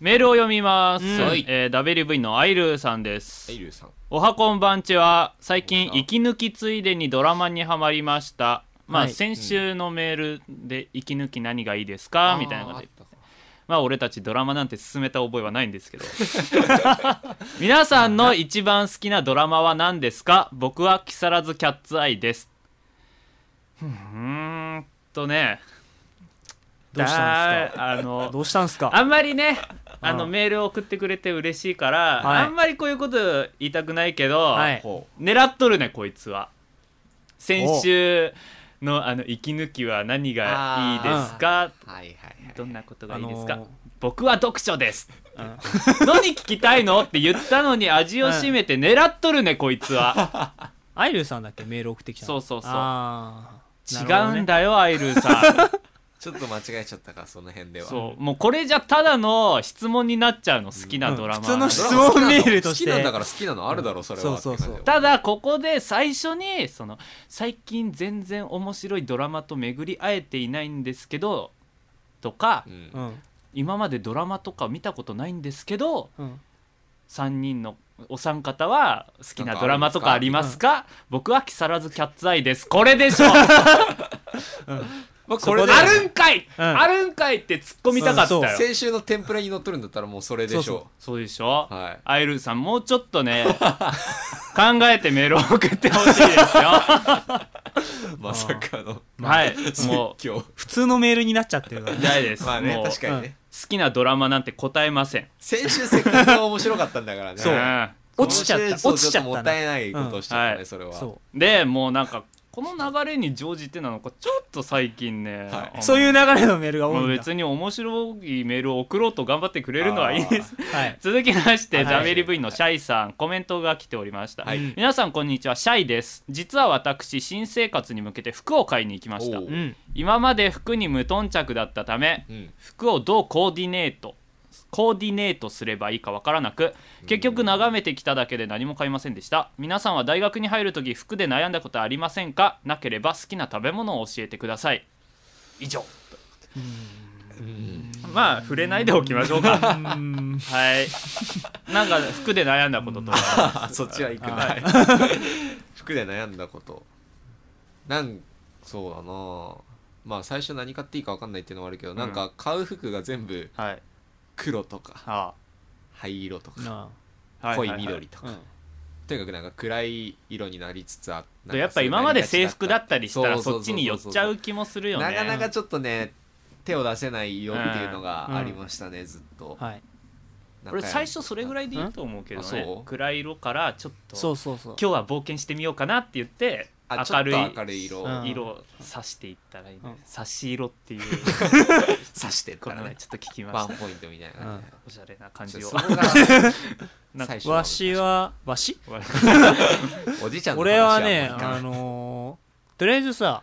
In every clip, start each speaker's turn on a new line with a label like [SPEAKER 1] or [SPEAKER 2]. [SPEAKER 1] メールを読みます、
[SPEAKER 2] うんはい
[SPEAKER 1] えー WV のアイルーさんです
[SPEAKER 2] エイリュウさん
[SPEAKER 1] おはこんばんちは最近
[SPEAKER 2] こんばんは
[SPEAKER 1] 息抜きついでにドラマにはまりましたまあ、
[SPEAKER 3] はい
[SPEAKER 1] 先週のメールで息抜き何がいいですかみたいな
[SPEAKER 2] あ
[SPEAKER 1] 感
[SPEAKER 2] ー
[SPEAKER 1] じでまあ俺たちドラマなんて進めた覚えはないんですけど 皆さんの一番好きなドラマは何ですか僕は木更津キャッツアイですうーんとね
[SPEAKER 3] どうしたんですか
[SPEAKER 1] だあの
[SPEAKER 3] どうしたんです か
[SPEAKER 1] あんまりねあの
[SPEAKER 3] うん
[SPEAKER 1] メールを送ってくれて嬉しいから、
[SPEAKER 3] はい
[SPEAKER 1] あんまりこういうこと言いたくないけど、
[SPEAKER 3] はい
[SPEAKER 2] あったほ
[SPEAKER 1] 狙っとるねこいつは先週のあの息抜きは何がいいですか
[SPEAKER 2] うはいはいはい
[SPEAKER 1] どんなことが
[SPEAKER 3] あ
[SPEAKER 1] いい
[SPEAKER 3] の
[SPEAKER 1] ですか、
[SPEAKER 3] ー
[SPEAKER 1] 僕は読書です
[SPEAKER 3] うん
[SPEAKER 1] 何聞きたいのって言ったのに味を占めて狙っとるねこいつ は
[SPEAKER 3] アイルさんだっけメール送ってきたの
[SPEAKER 1] そうそうそう
[SPEAKER 3] あー
[SPEAKER 1] 違
[SPEAKER 3] なるほどね
[SPEAKER 1] うんだよアイルーさ
[SPEAKER 2] ちょっと間違えちゃったかその辺で
[SPEAKER 1] ん
[SPEAKER 2] は
[SPEAKER 1] そうもうこれじゃただの質問になっちゃうの好きなドラマ、
[SPEAKER 3] うん普通の質
[SPEAKER 2] ドラマ好き
[SPEAKER 3] 問
[SPEAKER 2] なの
[SPEAKER 3] メールとして
[SPEAKER 2] 好きなんだから好きなのあるだろそれは
[SPEAKER 3] そうそうそう
[SPEAKER 2] って感
[SPEAKER 1] ただここで最初にその最近全然面白いドラマと巡り会えていないんですけどとか、
[SPEAKER 2] じ
[SPEAKER 3] う
[SPEAKER 2] うん
[SPEAKER 3] ん
[SPEAKER 1] 今までドラマとか見たことないんですけど
[SPEAKER 3] うん
[SPEAKER 1] 3人のお三方は好きなドラマとかありますか僕は木更津キャッツアイですこれでしょ
[SPEAKER 2] まあ
[SPEAKER 3] そ
[SPEAKER 2] こ
[SPEAKER 3] こ
[SPEAKER 2] れで
[SPEAKER 3] で
[SPEAKER 1] あるんかい、
[SPEAKER 3] うん
[SPEAKER 1] あるんかいって突っ込みたかったよ、
[SPEAKER 3] うん
[SPEAKER 1] そう
[SPEAKER 2] 先週のテンプレに乗っとるんだったらもうそれでし
[SPEAKER 3] そう
[SPEAKER 2] ょ
[SPEAKER 1] でしょ、
[SPEAKER 2] はい
[SPEAKER 1] アイルさんもうちょっとね考えてメールを送ってほしいですよ
[SPEAKER 2] まさかの
[SPEAKER 1] はいも
[SPEAKER 2] 説教
[SPEAKER 3] 普通のメールになっちゃってるから
[SPEAKER 1] うないです、
[SPEAKER 2] まあね
[SPEAKER 1] もう
[SPEAKER 2] 確かにね
[SPEAKER 1] 好きなドラマなんて答えません。
[SPEAKER 2] 先週せっかくの面白かったんだからね
[SPEAKER 3] そう
[SPEAKER 1] ね
[SPEAKER 3] 落ちちゃった
[SPEAKER 2] そう
[SPEAKER 3] 落ちちゃった
[SPEAKER 2] ょともったいないことをしちゃった
[SPEAKER 1] うん
[SPEAKER 2] ねそれは
[SPEAKER 3] そ
[SPEAKER 1] で、もうなんか、この流れに乗じてなのか、ちょっと最近ね、
[SPEAKER 2] はい
[SPEAKER 1] あの
[SPEAKER 3] うそういう流れのメールが多
[SPEAKER 1] もう
[SPEAKER 3] いんだ
[SPEAKER 1] 別に面白いメールを送ろうと頑張ってくれるのはいいです。
[SPEAKER 3] はい
[SPEAKER 1] 続きまして、
[SPEAKER 3] はい
[SPEAKER 1] WV のシャイさん、コメントが来ておりました。
[SPEAKER 2] はい
[SPEAKER 1] 皆さん、こんにちは。シャイです。実は私、新生活に向けて服を買いに行きました
[SPEAKER 2] お。う
[SPEAKER 3] うん
[SPEAKER 1] 今まで服に無頓着だったため、
[SPEAKER 2] うん
[SPEAKER 1] 服をどうコーディネートコーディネートすればいいかわからなく結局眺めてきただけで何も買いませんでした皆さんは大学に入るとき服で悩んだことありませんかなければ好きな食べ物を教えてください以上まあ触れないでおきましょう
[SPEAKER 3] う
[SPEAKER 1] か
[SPEAKER 3] ん
[SPEAKER 1] はいなんか服で悩んだこととか
[SPEAKER 2] あそっちは行くな
[SPEAKER 1] はい
[SPEAKER 2] 服で悩んだことなんそうだなまあ最初何買っていいか分かんないっていうのはあるけど、なんか買う服が全部
[SPEAKER 1] はい
[SPEAKER 2] 黒とか
[SPEAKER 1] あ
[SPEAKER 2] 灰色とか
[SPEAKER 3] な
[SPEAKER 1] あはい
[SPEAKER 2] 濃い
[SPEAKER 1] はは
[SPEAKER 2] 緑とか、
[SPEAKER 3] うん
[SPEAKER 2] とにかくなんか暗い色になりつつあなんか
[SPEAKER 1] やっぱ今まで制服だったりしたら
[SPEAKER 2] そう
[SPEAKER 1] そ
[SPEAKER 2] そ
[SPEAKER 1] っ
[SPEAKER 2] う
[SPEAKER 1] ち
[SPEAKER 2] そうそう
[SPEAKER 1] に寄っちゃう気もするよね
[SPEAKER 2] なかなかちょっとね手を出せないよっていうのがありましたね、ずっと、
[SPEAKER 3] はい
[SPEAKER 2] なんか
[SPEAKER 1] 俺最初それぐらいでいいと思うけど
[SPEAKER 2] あ
[SPEAKER 1] ね
[SPEAKER 2] そう
[SPEAKER 1] 暗い色からちょっと
[SPEAKER 3] そうそうそう
[SPEAKER 1] 今日は冒険してみようかなって言って
[SPEAKER 2] あちょ
[SPEAKER 1] 明
[SPEAKER 2] っ
[SPEAKER 1] るい
[SPEAKER 2] と明るい色を
[SPEAKER 3] うん
[SPEAKER 1] 色を指していったらいいね、
[SPEAKER 3] うん
[SPEAKER 1] 差し色っていう
[SPEAKER 2] 刺してった
[SPEAKER 1] こ
[SPEAKER 2] ら
[SPEAKER 1] の前
[SPEAKER 2] ね
[SPEAKER 1] ちょっと聞きま
[SPEAKER 2] ワ
[SPEAKER 1] した
[SPEAKER 2] ンポイントみたいな、ね
[SPEAKER 1] おしゃれな感
[SPEAKER 2] ち
[SPEAKER 1] じ
[SPEAKER 2] ょ
[SPEAKER 1] を
[SPEAKER 2] そこが
[SPEAKER 1] なんか
[SPEAKER 2] 最初
[SPEAKER 3] わしはわし
[SPEAKER 2] おじいちゃんの話
[SPEAKER 3] 俺は
[SPEAKER 2] も
[SPEAKER 3] ね
[SPEAKER 2] ういいかな
[SPEAKER 3] あのーとりあえずさ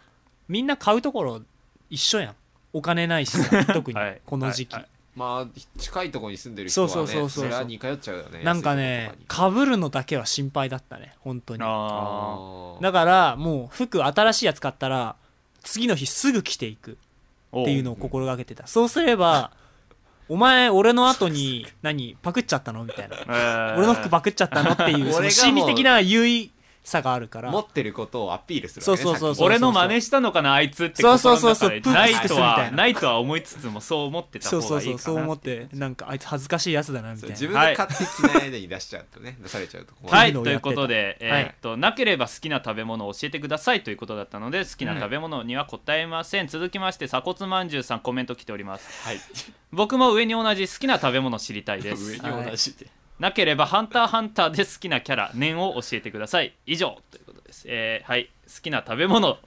[SPEAKER 3] みんな買うところ一緒やんお金ないしさ特に
[SPEAKER 1] はい
[SPEAKER 3] この時期
[SPEAKER 1] はい
[SPEAKER 2] まあ近いところに住んでる人はね
[SPEAKER 3] そうそうそうそう
[SPEAKER 2] れは似通っちゃうよね
[SPEAKER 3] なんかね
[SPEAKER 2] 安いとこ
[SPEAKER 3] かぶるのだけは心配だったね本当に
[SPEAKER 1] あ
[SPEAKER 2] ろとかに
[SPEAKER 3] だからもう服新しいやつ買ったら次の日すぐ着ていく
[SPEAKER 1] ー
[SPEAKER 3] っていうのを心がけてたそうすればお前俺の後に何パクっちゃったのみたいな
[SPEAKER 1] おうえー
[SPEAKER 3] 俺の服パクっちゃった のって
[SPEAKER 2] 俺
[SPEAKER 3] い
[SPEAKER 2] がも
[SPEAKER 3] う
[SPEAKER 2] う
[SPEAKER 3] その心理的な優位さがあるから
[SPEAKER 2] 持ってることをアピールする
[SPEAKER 3] そう
[SPEAKER 2] わけね
[SPEAKER 3] そうそう
[SPEAKER 2] さっき
[SPEAKER 3] そう
[SPEAKER 1] 俺の真似したのかなあいつって心の中で
[SPEAKER 3] そうそうそうそう
[SPEAKER 1] ないと
[SPEAKER 3] プッみた
[SPEAKER 1] はい
[SPEAKER 3] な
[SPEAKER 1] ないとは思いつつもそう思ってた
[SPEAKER 3] そ
[SPEAKER 1] 方
[SPEAKER 3] うそう
[SPEAKER 1] がい
[SPEAKER 3] そ
[SPEAKER 1] いうか
[SPEAKER 3] そう
[SPEAKER 1] な
[SPEAKER 3] 思ってなんかあいつ恥ずかしいやつだなみ
[SPEAKER 2] そ
[SPEAKER 3] た
[SPEAKER 2] う
[SPEAKER 3] いな
[SPEAKER 2] 自分が勝手に着ない間に出しちゃうとね、出されちゃうと困る
[SPEAKER 1] はい
[SPEAKER 3] いのを
[SPEAKER 1] という
[SPEAKER 3] やってた
[SPEAKER 1] ことで、え
[SPEAKER 3] はい
[SPEAKER 1] ーっとなければ好きな食べ物を教えてくださいということだったので好きな食べ物には答えません、続きまして鎖骨まんじゅうさんコメント来ております
[SPEAKER 2] はい
[SPEAKER 1] 僕も上に同じ好きな食べ物知りたいで
[SPEAKER 2] 上
[SPEAKER 1] す
[SPEAKER 2] に同じで、
[SPEAKER 1] なければ「ハンターハンター」で好きなキャラ念を教えてください以上ということですえーはい好きな食べ物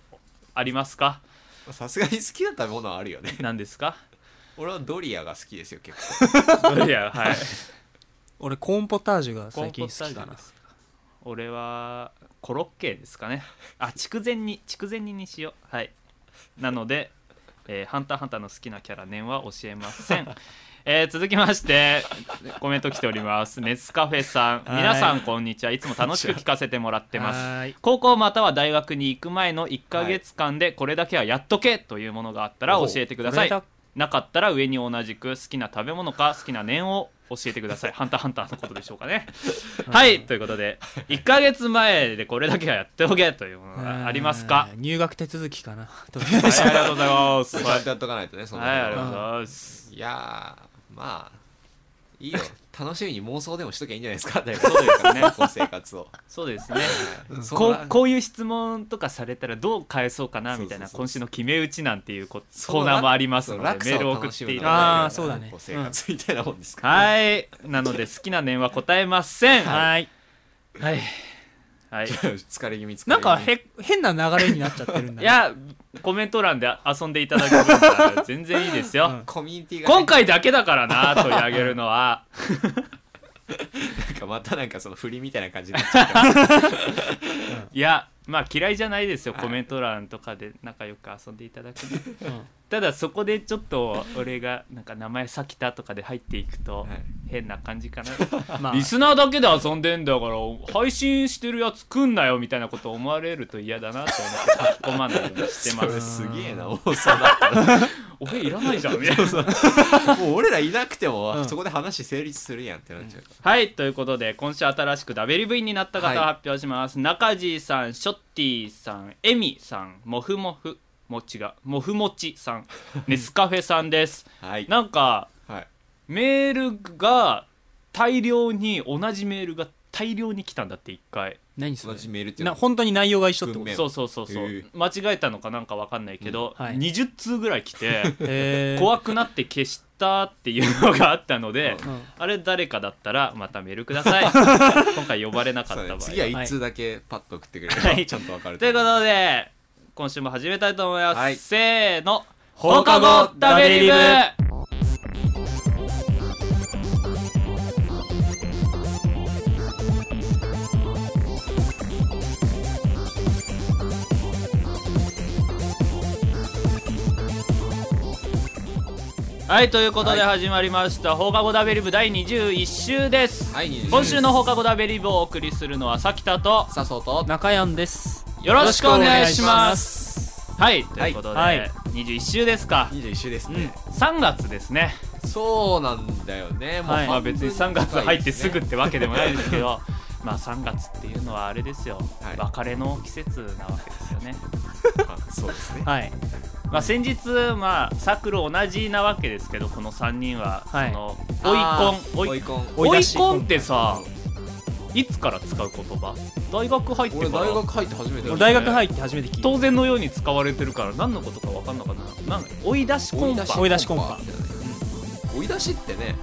[SPEAKER 1] ありますか
[SPEAKER 2] さすがに好きだったものはあるよね
[SPEAKER 1] 何ですか
[SPEAKER 2] 俺はドリアが好きですよ結構
[SPEAKER 1] いやはい
[SPEAKER 3] 俺コーンポタージュが最近好き
[SPEAKER 1] コーン
[SPEAKER 3] か
[SPEAKER 1] ポタージュ
[SPEAKER 3] な
[SPEAKER 1] です俺はコロッケですかねあ筑前煮筑前煮にしようはいなので「えーハンターハンター」の好きなキャラ念は教えませ んえー続きましてコメント来ておりますメスカフェさん
[SPEAKER 3] はい
[SPEAKER 1] 皆さんこんにちはいつも楽しく聞かせてもらってます
[SPEAKER 3] はーい
[SPEAKER 1] 高校または大学に行く前の1ヶ月間でこれだけはやっとけというものがあったら教えてください、
[SPEAKER 3] これだ
[SPEAKER 1] なかったら上に同じく好きな食べ物か好きな年を教えてくだ さい「ハンターハンター」のことでしょうかねはいということで1ヶ月前でこれだけはやっておけというものがありますか
[SPEAKER 3] えー入学手続きかなと
[SPEAKER 1] はいありがとうございます
[SPEAKER 2] ち
[SPEAKER 1] は
[SPEAKER 2] ゃん
[SPEAKER 1] い
[SPEAKER 2] とやっとかないとねそんな
[SPEAKER 1] はいありが
[SPEAKER 2] の
[SPEAKER 1] と
[SPEAKER 2] は
[SPEAKER 1] うございます
[SPEAKER 2] いやーまあいいよ楽しみに妄想でもしときゃいいんじゃないですか だからそうですね高校生活を
[SPEAKER 1] そうですね
[SPEAKER 2] そ
[SPEAKER 1] こ
[SPEAKER 2] ん
[SPEAKER 1] う
[SPEAKER 2] な
[SPEAKER 1] こういう質問とかされたらどう返そうかなみたいな
[SPEAKER 2] そうそうそう
[SPEAKER 1] 今週の決め打ちなんていうこ
[SPEAKER 2] そう
[SPEAKER 1] コーナーもありますのでメ
[SPEAKER 2] 楽さ
[SPEAKER 1] ールを送っ
[SPEAKER 2] 楽してむ
[SPEAKER 1] い
[SPEAKER 2] の
[SPEAKER 1] た
[SPEAKER 2] が
[SPEAKER 1] だいて
[SPEAKER 3] あーそうだね
[SPEAKER 2] 高校生活みたいなもんですから
[SPEAKER 1] はいなので好きな年は答えませんは
[SPEAKER 3] はい
[SPEAKER 1] いはい、
[SPEAKER 2] 疲れ気味疲れ気味
[SPEAKER 3] なんかへ変な流れになっちゃってるんだ
[SPEAKER 1] い
[SPEAKER 3] ね
[SPEAKER 1] やコメント欄で遊んでいただけるから全然いいですよ、
[SPEAKER 3] うん
[SPEAKER 2] コミュニティがね
[SPEAKER 1] 今回だけだからな取り上げるのは
[SPEAKER 2] なんかまたなんかその振りみたいな感じになっちゃった
[SPEAKER 1] いやまあ嫌いじゃないですよ
[SPEAKER 2] はい
[SPEAKER 1] コメント欄とかで仲良く遊んでいただくの
[SPEAKER 3] うん
[SPEAKER 1] ただそこでちょっと俺がなんか名前さきたとかで入っていくと
[SPEAKER 2] はい
[SPEAKER 1] 変な感じかな、
[SPEAKER 3] まあ
[SPEAKER 1] リスナーだけで遊んでんだから配信してるやつ来んなよみたいなこと思われると嫌だなって思って書き込まないようにしてま
[SPEAKER 2] それ
[SPEAKER 1] す
[SPEAKER 2] すげえな妄 想だった
[SPEAKER 1] 俺いらないじゃんみたいな
[SPEAKER 2] らもう俺らいなくても、
[SPEAKER 3] うん
[SPEAKER 2] そこで話成立するやんってなっちゃうか
[SPEAKER 1] はいということで今週新しくダベリ部員になった方を
[SPEAKER 2] はい
[SPEAKER 1] 発表します、中地さんショッティさんエミさんモフモフもちがモフもちさんネスカフェさん です
[SPEAKER 2] らはい
[SPEAKER 1] なんか
[SPEAKER 2] はい
[SPEAKER 1] メールが大量に同じメールが大量に来たんだって一回
[SPEAKER 3] 何そ
[SPEAKER 2] 同
[SPEAKER 3] れ
[SPEAKER 2] じメールっていう
[SPEAKER 3] な
[SPEAKER 2] の
[SPEAKER 3] 本当に内容が一緒ってこと
[SPEAKER 2] 文面
[SPEAKER 1] そうそうそうそう、
[SPEAKER 2] へえ
[SPEAKER 1] 間違えたのかなんかわかんないけど、
[SPEAKER 3] うんはい
[SPEAKER 1] 20通ぐらい来て
[SPEAKER 3] へー
[SPEAKER 1] 怖くなって消したっていうのがあったので、
[SPEAKER 2] う
[SPEAKER 3] うん
[SPEAKER 1] あれ誰かだったらまたメールくだ さい今回呼ばれなかっ
[SPEAKER 2] そう
[SPEAKER 1] た場合
[SPEAKER 2] ね次は一通だけパッと送ってくれれば、
[SPEAKER 1] はい
[SPEAKER 2] ちゃんとわかる
[SPEAKER 1] というこ
[SPEAKER 2] 思
[SPEAKER 1] とで今週も始めたいと思います、
[SPEAKER 2] はい
[SPEAKER 1] せーの
[SPEAKER 3] 放課後ダベリブ
[SPEAKER 1] はいということで始まりました、放課後ダベリブ第21週です、
[SPEAKER 2] はい21
[SPEAKER 1] 今週の放課後ダベリブをお送りするのはさきたと
[SPEAKER 2] さそうと
[SPEAKER 3] 中山です
[SPEAKER 1] よろしくお願いします
[SPEAKER 2] す
[SPEAKER 1] はいということで、
[SPEAKER 3] はい
[SPEAKER 1] 21週ですか、
[SPEAKER 2] 21週です
[SPEAKER 1] うん
[SPEAKER 2] ね、、
[SPEAKER 1] 3月ですね
[SPEAKER 2] そうなんだよねもう、
[SPEAKER 3] はい
[SPEAKER 1] まあ別に3月入ってすぐっ
[SPEAKER 2] ね
[SPEAKER 1] てわけでもないですけど まあ3月っていうのはあれですよ、
[SPEAKER 2] はい
[SPEAKER 1] 別れの季節なわけですよね、
[SPEAKER 2] あそうですね
[SPEAKER 3] はい
[SPEAKER 1] まあ、先日まあサクロ同じなわけですけどこの3人は、
[SPEAKER 3] はい
[SPEAKER 1] その
[SPEAKER 2] あー
[SPEAKER 1] 追い
[SPEAKER 2] 追い
[SPEAKER 1] 込ん
[SPEAKER 2] 込ん
[SPEAKER 1] 追い
[SPEAKER 3] 追い出し
[SPEAKER 1] 込んってさいつから使う言葉大学入ってか
[SPEAKER 2] 俺
[SPEAKER 1] ら
[SPEAKER 2] 大学入って初めて
[SPEAKER 3] 俺
[SPEAKER 2] だ
[SPEAKER 3] 大学入って初めて聞いた
[SPEAKER 1] 当然のように使われてるから何のことか分かんなかったななんか追い出しコンパ
[SPEAKER 3] 追い出しコンパ
[SPEAKER 2] 追い出しってね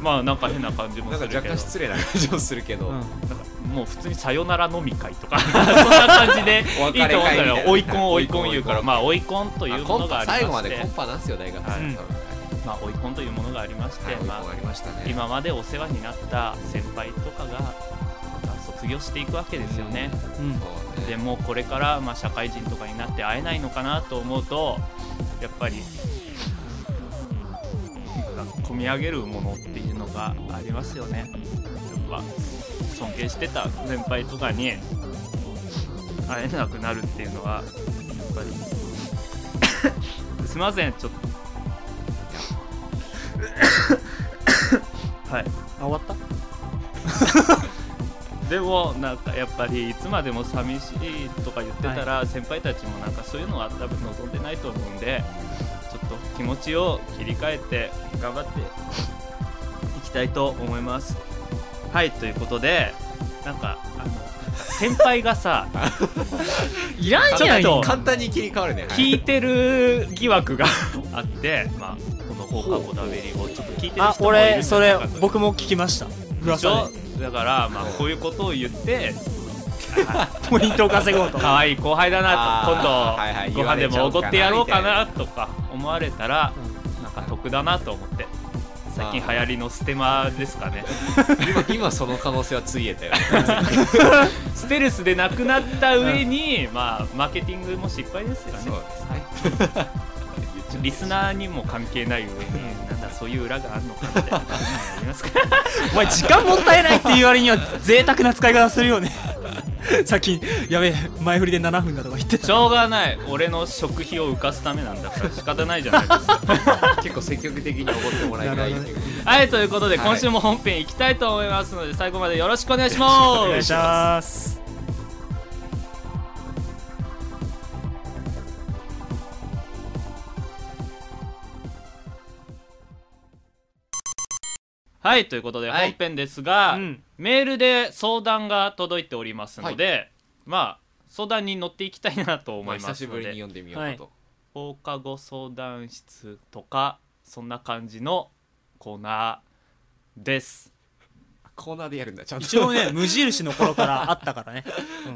[SPEAKER 1] まあなんか変な感じも
[SPEAKER 2] なん
[SPEAKER 1] す
[SPEAKER 2] か
[SPEAKER 1] るけど
[SPEAKER 2] 若干失礼な感じもするけど、
[SPEAKER 3] うん
[SPEAKER 1] なんかもう普通にさよなら飲み会とか そんな感じでいい
[SPEAKER 2] お
[SPEAKER 1] と思う
[SPEAKER 2] 別れ会
[SPEAKER 1] んだ
[SPEAKER 2] みたい
[SPEAKER 1] よ
[SPEAKER 2] な
[SPEAKER 1] 追い込ん追い込ん言うから
[SPEAKER 2] 追い込ん
[SPEAKER 1] まあ追い込んというも
[SPEAKER 2] コ
[SPEAKER 1] の
[SPEAKER 2] ン
[SPEAKER 1] があ
[SPEAKER 2] パ
[SPEAKER 1] りまして
[SPEAKER 2] 最後までコンパなんですよ大学
[SPEAKER 1] はいまあ追い込んというものがありまして、
[SPEAKER 2] はい、
[SPEAKER 1] ま
[SPEAKER 2] もうあ
[SPEAKER 1] あ、
[SPEAKER 2] りましたね
[SPEAKER 1] 今までお世話になった先輩とかがまた卒業していくわけですよね、
[SPEAKER 3] う
[SPEAKER 2] そう
[SPEAKER 3] ん
[SPEAKER 2] ね
[SPEAKER 1] でもうこれからまあ社会人とかになって会えないのかなと思うとやっぱりなんか込み上げるものっていうのがありますよねやっぱ尊敬してた先輩とかに会えなくなるっていうのはやっぱりすいませんちょっとはい
[SPEAKER 3] あ終わった
[SPEAKER 1] でもなんかやっぱりいつまでも寂しいとか言ってたら先輩たちもなんかそういうのは多分望んでないと思うんでちょっと気持ちを切り替えて頑張っていきたいと思いますはいということでなんかあの先輩がさいらん
[SPEAKER 3] じゃん
[SPEAKER 1] ちょっと
[SPEAKER 2] 簡単に切り替わるね、はい
[SPEAKER 1] 聞いてる疑惑があってまあこの放課後ダベリーをちょっと聞いてる
[SPEAKER 3] あ
[SPEAKER 1] 人もいるん
[SPEAKER 3] 俺
[SPEAKER 1] じ
[SPEAKER 3] そ
[SPEAKER 1] ゃない
[SPEAKER 3] れ
[SPEAKER 1] かと
[SPEAKER 3] 僕も聞きました
[SPEAKER 1] でしょ
[SPEAKER 3] 噂
[SPEAKER 1] だからまあこういうことを言 って
[SPEAKER 3] でポイントを稼ごうと
[SPEAKER 1] 可愛い後輩だなと
[SPEAKER 2] あーはいはい
[SPEAKER 1] 今度ご飯でも
[SPEAKER 2] 言われちゃうかな
[SPEAKER 1] おごってやろうかなとか思われたらなんか得だなと思って最近流行りのステマですかね
[SPEAKER 2] 今今その可能性はついえたよ
[SPEAKER 1] ステルスでなくなった上にまあマーケティングも失敗ですよね
[SPEAKER 2] そうですね言っちゃう
[SPEAKER 1] リスナーにも関係ない上になんだそういう裏があるのかってありますか
[SPEAKER 3] お前時間もったいないっていう割には贅沢な使い方するよね さっきやべえ前振りで7分だとか言って
[SPEAKER 1] しょうがない俺の食費を浮かすためなんだから仕方ないじゃないですか
[SPEAKER 2] 結構積極的におごってもらいたいっていう
[SPEAKER 1] はいということで
[SPEAKER 2] はい
[SPEAKER 1] 今週も本編いきたいと思いますので最後までよろしくお願いします
[SPEAKER 3] お願いします
[SPEAKER 1] はいということで
[SPEAKER 2] はい
[SPEAKER 1] 本編ですが、
[SPEAKER 3] うん
[SPEAKER 1] メールで相談が届いておりますので、まあ相談に乗っていきたいなと思
[SPEAKER 2] まあ
[SPEAKER 1] いま
[SPEAKER 2] 久
[SPEAKER 1] す
[SPEAKER 2] し
[SPEAKER 1] の
[SPEAKER 2] ぶりに
[SPEAKER 1] で
[SPEAKER 2] 読んでみようかと、
[SPEAKER 1] 放課後相談室とかそんな感じのコーナーです
[SPEAKER 2] コーナーでやるんだちゃんと
[SPEAKER 3] 一応ね無印の頃からあったからね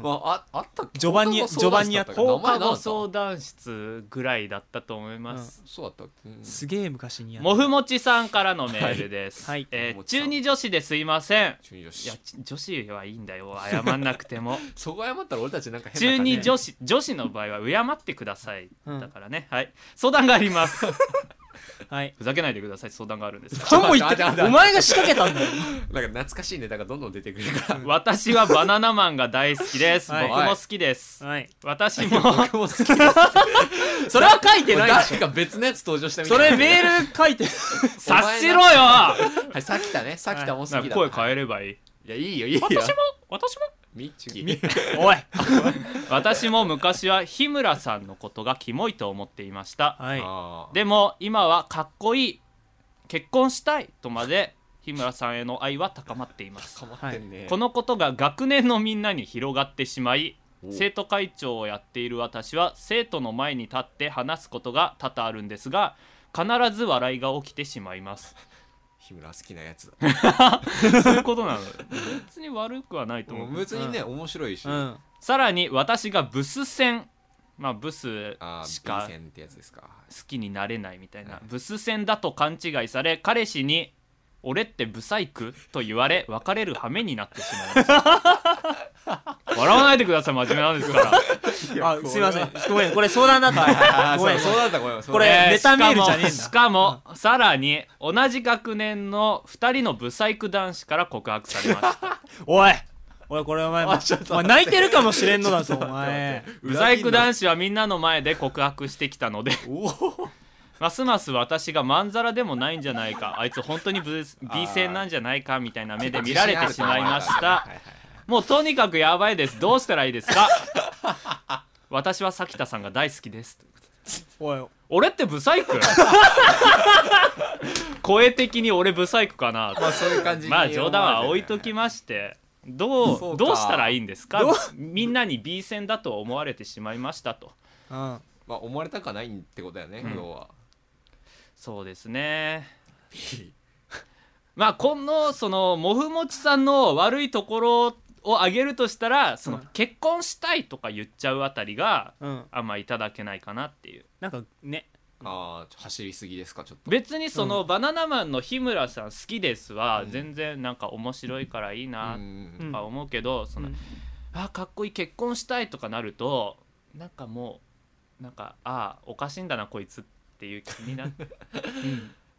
[SPEAKER 2] まあ、ああったっけ
[SPEAKER 3] 序盤に
[SPEAKER 2] 放課後相談室だたっけ
[SPEAKER 3] 序
[SPEAKER 1] 放
[SPEAKER 2] 名前
[SPEAKER 1] 課
[SPEAKER 2] 何だ
[SPEAKER 1] 後
[SPEAKER 2] った
[SPEAKER 1] 相談室ぐらいだったと思います、
[SPEAKER 2] そうだったっけうん
[SPEAKER 3] すげえ昔にや
[SPEAKER 1] もふもちさんからのメールです、
[SPEAKER 3] はいはい
[SPEAKER 1] えー
[SPEAKER 2] もふもちさ
[SPEAKER 1] 中
[SPEAKER 2] ん
[SPEAKER 1] 二女子ですいません
[SPEAKER 2] 中二女
[SPEAKER 1] いや
[SPEAKER 2] 子
[SPEAKER 1] ち女子はいいんだよ謝んなくても
[SPEAKER 2] そこ謝ったら俺たちなんか変
[SPEAKER 1] 中
[SPEAKER 2] な感じ
[SPEAKER 1] 二女子女子の場合は敬ってください、
[SPEAKER 3] うん
[SPEAKER 1] だからねはい相談があります
[SPEAKER 3] はい
[SPEAKER 1] ふざけないでください相談があるんです
[SPEAKER 3] 何も言って
[SPEAKER 2] ああああ
[SPEAKER 3] お前が仕掛けたんだよ
[SPEAKER 2] なんか懐かしいネタがどんどん出てくるから
[SPEAKER 1] 私はバナナマンが大好きです、
[SPEAKER 3] はい
[SPEAKER 1] 僕も好きです、
[SPEAKER 3] はい
[SPEAKER 1] 私も
[SPEAKER 2] 僕も好きだ
[SPEAKER 3] それは書いてないでし
[SPEAKER 2] 誰
[SPEAKER 3] ょ
[SPEAKER 2] か別のやつ登場したみた
[SPEAKER 3] そ
[SPEAKER 2] いな
[SPEAKER 3] れメール書いて
[SPEAKER 1] 察しろよ
[SPEAKER 2] はいさきたねさきたも好きだ、
[SPEAKER 1] ないん、か声変えればいい
[SPEAKER 2] いやいいよいいよ
[SPEAKER 1] 私も私も
[SPEAKER 2] ミッキ
[SPEAKER 3] み
[SPEAKER 2] ー
[SPEAKER 3] おい
[SPEAKER 1] 私も昔は日村さんのことがキモいと思っていました
[SPEAKER 3] はい
[SPEAKER 2] あー
[SPEAKER 1] でも今はかっこいい結婚したいとまで日村さんへの愛は高まっています
[SPEAKER 2] かまってんね、
[SPEAKER 1] このことが学年のみんなに広がってしまい
[SPEAKER 2] お
[SPEAKER 1] 生徒会長をやっている私は生徒の前に立って話すことが多々あるんですが必ず笑いが起きてしまい ます
[SPEAKER 2] 日村好きなやつだ
[SPEAKER 1] そういうことなの別に悪くはないと思う
[SPEAKER 2] 別にね、面白いし、
[SPEAKER 3] うんは
[SPEAKER 1] さらに私がブス戦まあブス
[SPEAKER 2] ああ
[SPEAKER 1] しか
[SPEAKER 2] B 線ってやつですか
[SPEAKER 1] 好きになれないみたいな、
[SPEAKER 2] はい
[SPEAKER 1] ブス戦だと勘違いされ彼氏に「俺ってブサイク?」と言われ別れる羽目になってしまいました 笑わないでください真面目なんですから
[SPEAKER 3] あすいませんごめんこれ相談だった
[SPEAKER 2] ああ
[SPEAKER 3] ごめ
[SPEAKER 2] そ
[SPEAKER 3] ん
[SPEAKER 2] うそうだったごめん
[SPEAKER 3] これネタメールじゃねえんだ
[SPEAKER 1] しかもしかもさらに同じ学年の2人のブサイク男子から告白され ました
[SPEAKER 3] おいおいこれお前お
[SPEAKER 2] あちょっと待って
[SPEAKER 3] 前泣いてるかもしれんのだぞお前
[SPEAKER 1] ブサイク男子はみんなの前で告白してきたの で
[SPEAKER 2] おお
[SPEAKER 1] ますます私がまんざらでもないんじゃないかあいつ本当に ブス B 戦なんじゃないかみたいな目で見られてしまいましたもうとにかくやばいですどうしたらいいですか私は咲田さんが大好きです
[SPEAKER 3] おい
[SPEAKER 1] 俺ってブサイク声的に俺ブサイクかな
[SPEAKER 2] まあそういう感じに
[SPEAKER 1] まあ冗談は置いとき
[SPEAKER 2] ま
[SPEAKER 1] ましてど
[SPEAKER 2] そううか
[SPEAKER 1] どうしたらいいんですか
[SPEAKER 3] どう
[SPEAKER 1] みんなに B 戦だと思われてしまいましたと
[SPEAKER 3] うん
[SPEAKER 2] まあ思われたくはないってことだよね、
[SPEAKER 1] ん
[SPEAKER 2] 要は
[SPEAKER 1] そうですねまあこのそのもふもちさんの悪いところを挙げるとしたらその
[SPEAKER 3] うん
[SPEAKER 1] 結婚したいとか言っちゃうあたりが
[SPEAKER 3] うん
[SPEAKER 1] あんまいただけないかなっていう
[SPEAKER 3] なんかね
[SPEAKER 2] ああ走りすぎですかちょっと
[SPEAKER 1] 別にその、
[SPEAKER 3] う
[SPEAKER 1] バナナマンの日村さん好きですは、
[SPEAKER 2] うん
[SPEAKER 1] 全然なんか面白いからいいな
[SPEAKER 2] うん
[SPEAKER 1] とか思うけど、その
[SPEAKER 3] うん
[SPEAKER 1] あかっこいい結婚したいとかなるとなんかもうなんかああおかしいんだなこいつっていう気にな って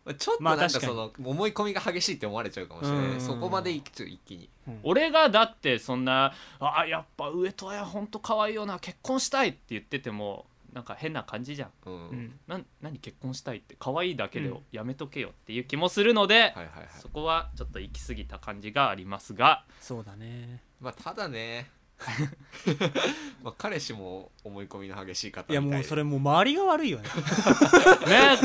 [SPEAKER 2] まあちょっと
[SPEAKER 3] まあ
[SPEAKER 2] なんか
[SPEAKER 3] 確か
[SPEAKER 2] そ
[SPEAKER 3] に
[SPEAKER 2] の思い込みが激しいって思われちゃうかもしれ
[SPEAKER 3] うんうん
[SPEAKER 2] な
[SPEAKER 3] うん
[SPEAKER 2] いそこまでいくと一気に
[SPEAKER 1] 俺がだってそんなあやっぱ上戸彩ほんと可愛いよな結婚したいって言っててもなんか変な感じじゃん
[SPEAKER 2] うん、
[SPEAKER 3] うん
[SPEAKER 1] なん何結婚したいって可愛いだけで
[SPEAKER 3] うん
[SPEAKER 1] やめとけよっていう気もするので、
[SPEAKER 2] はいはいはい
[SPEAKER 1] そこはちょっと行き過ぎた感じがあります が
[SPEAKER 3] そうだね
[SPEAKER 2] まあた だねまあ彼氏も思い込みの激しい方みたい
[SPEAKER 3] いや
[SPEAKER 2] で
[SPEAKER 3] もうそれもう周りが悪いよね
[SPEAKER 1] ね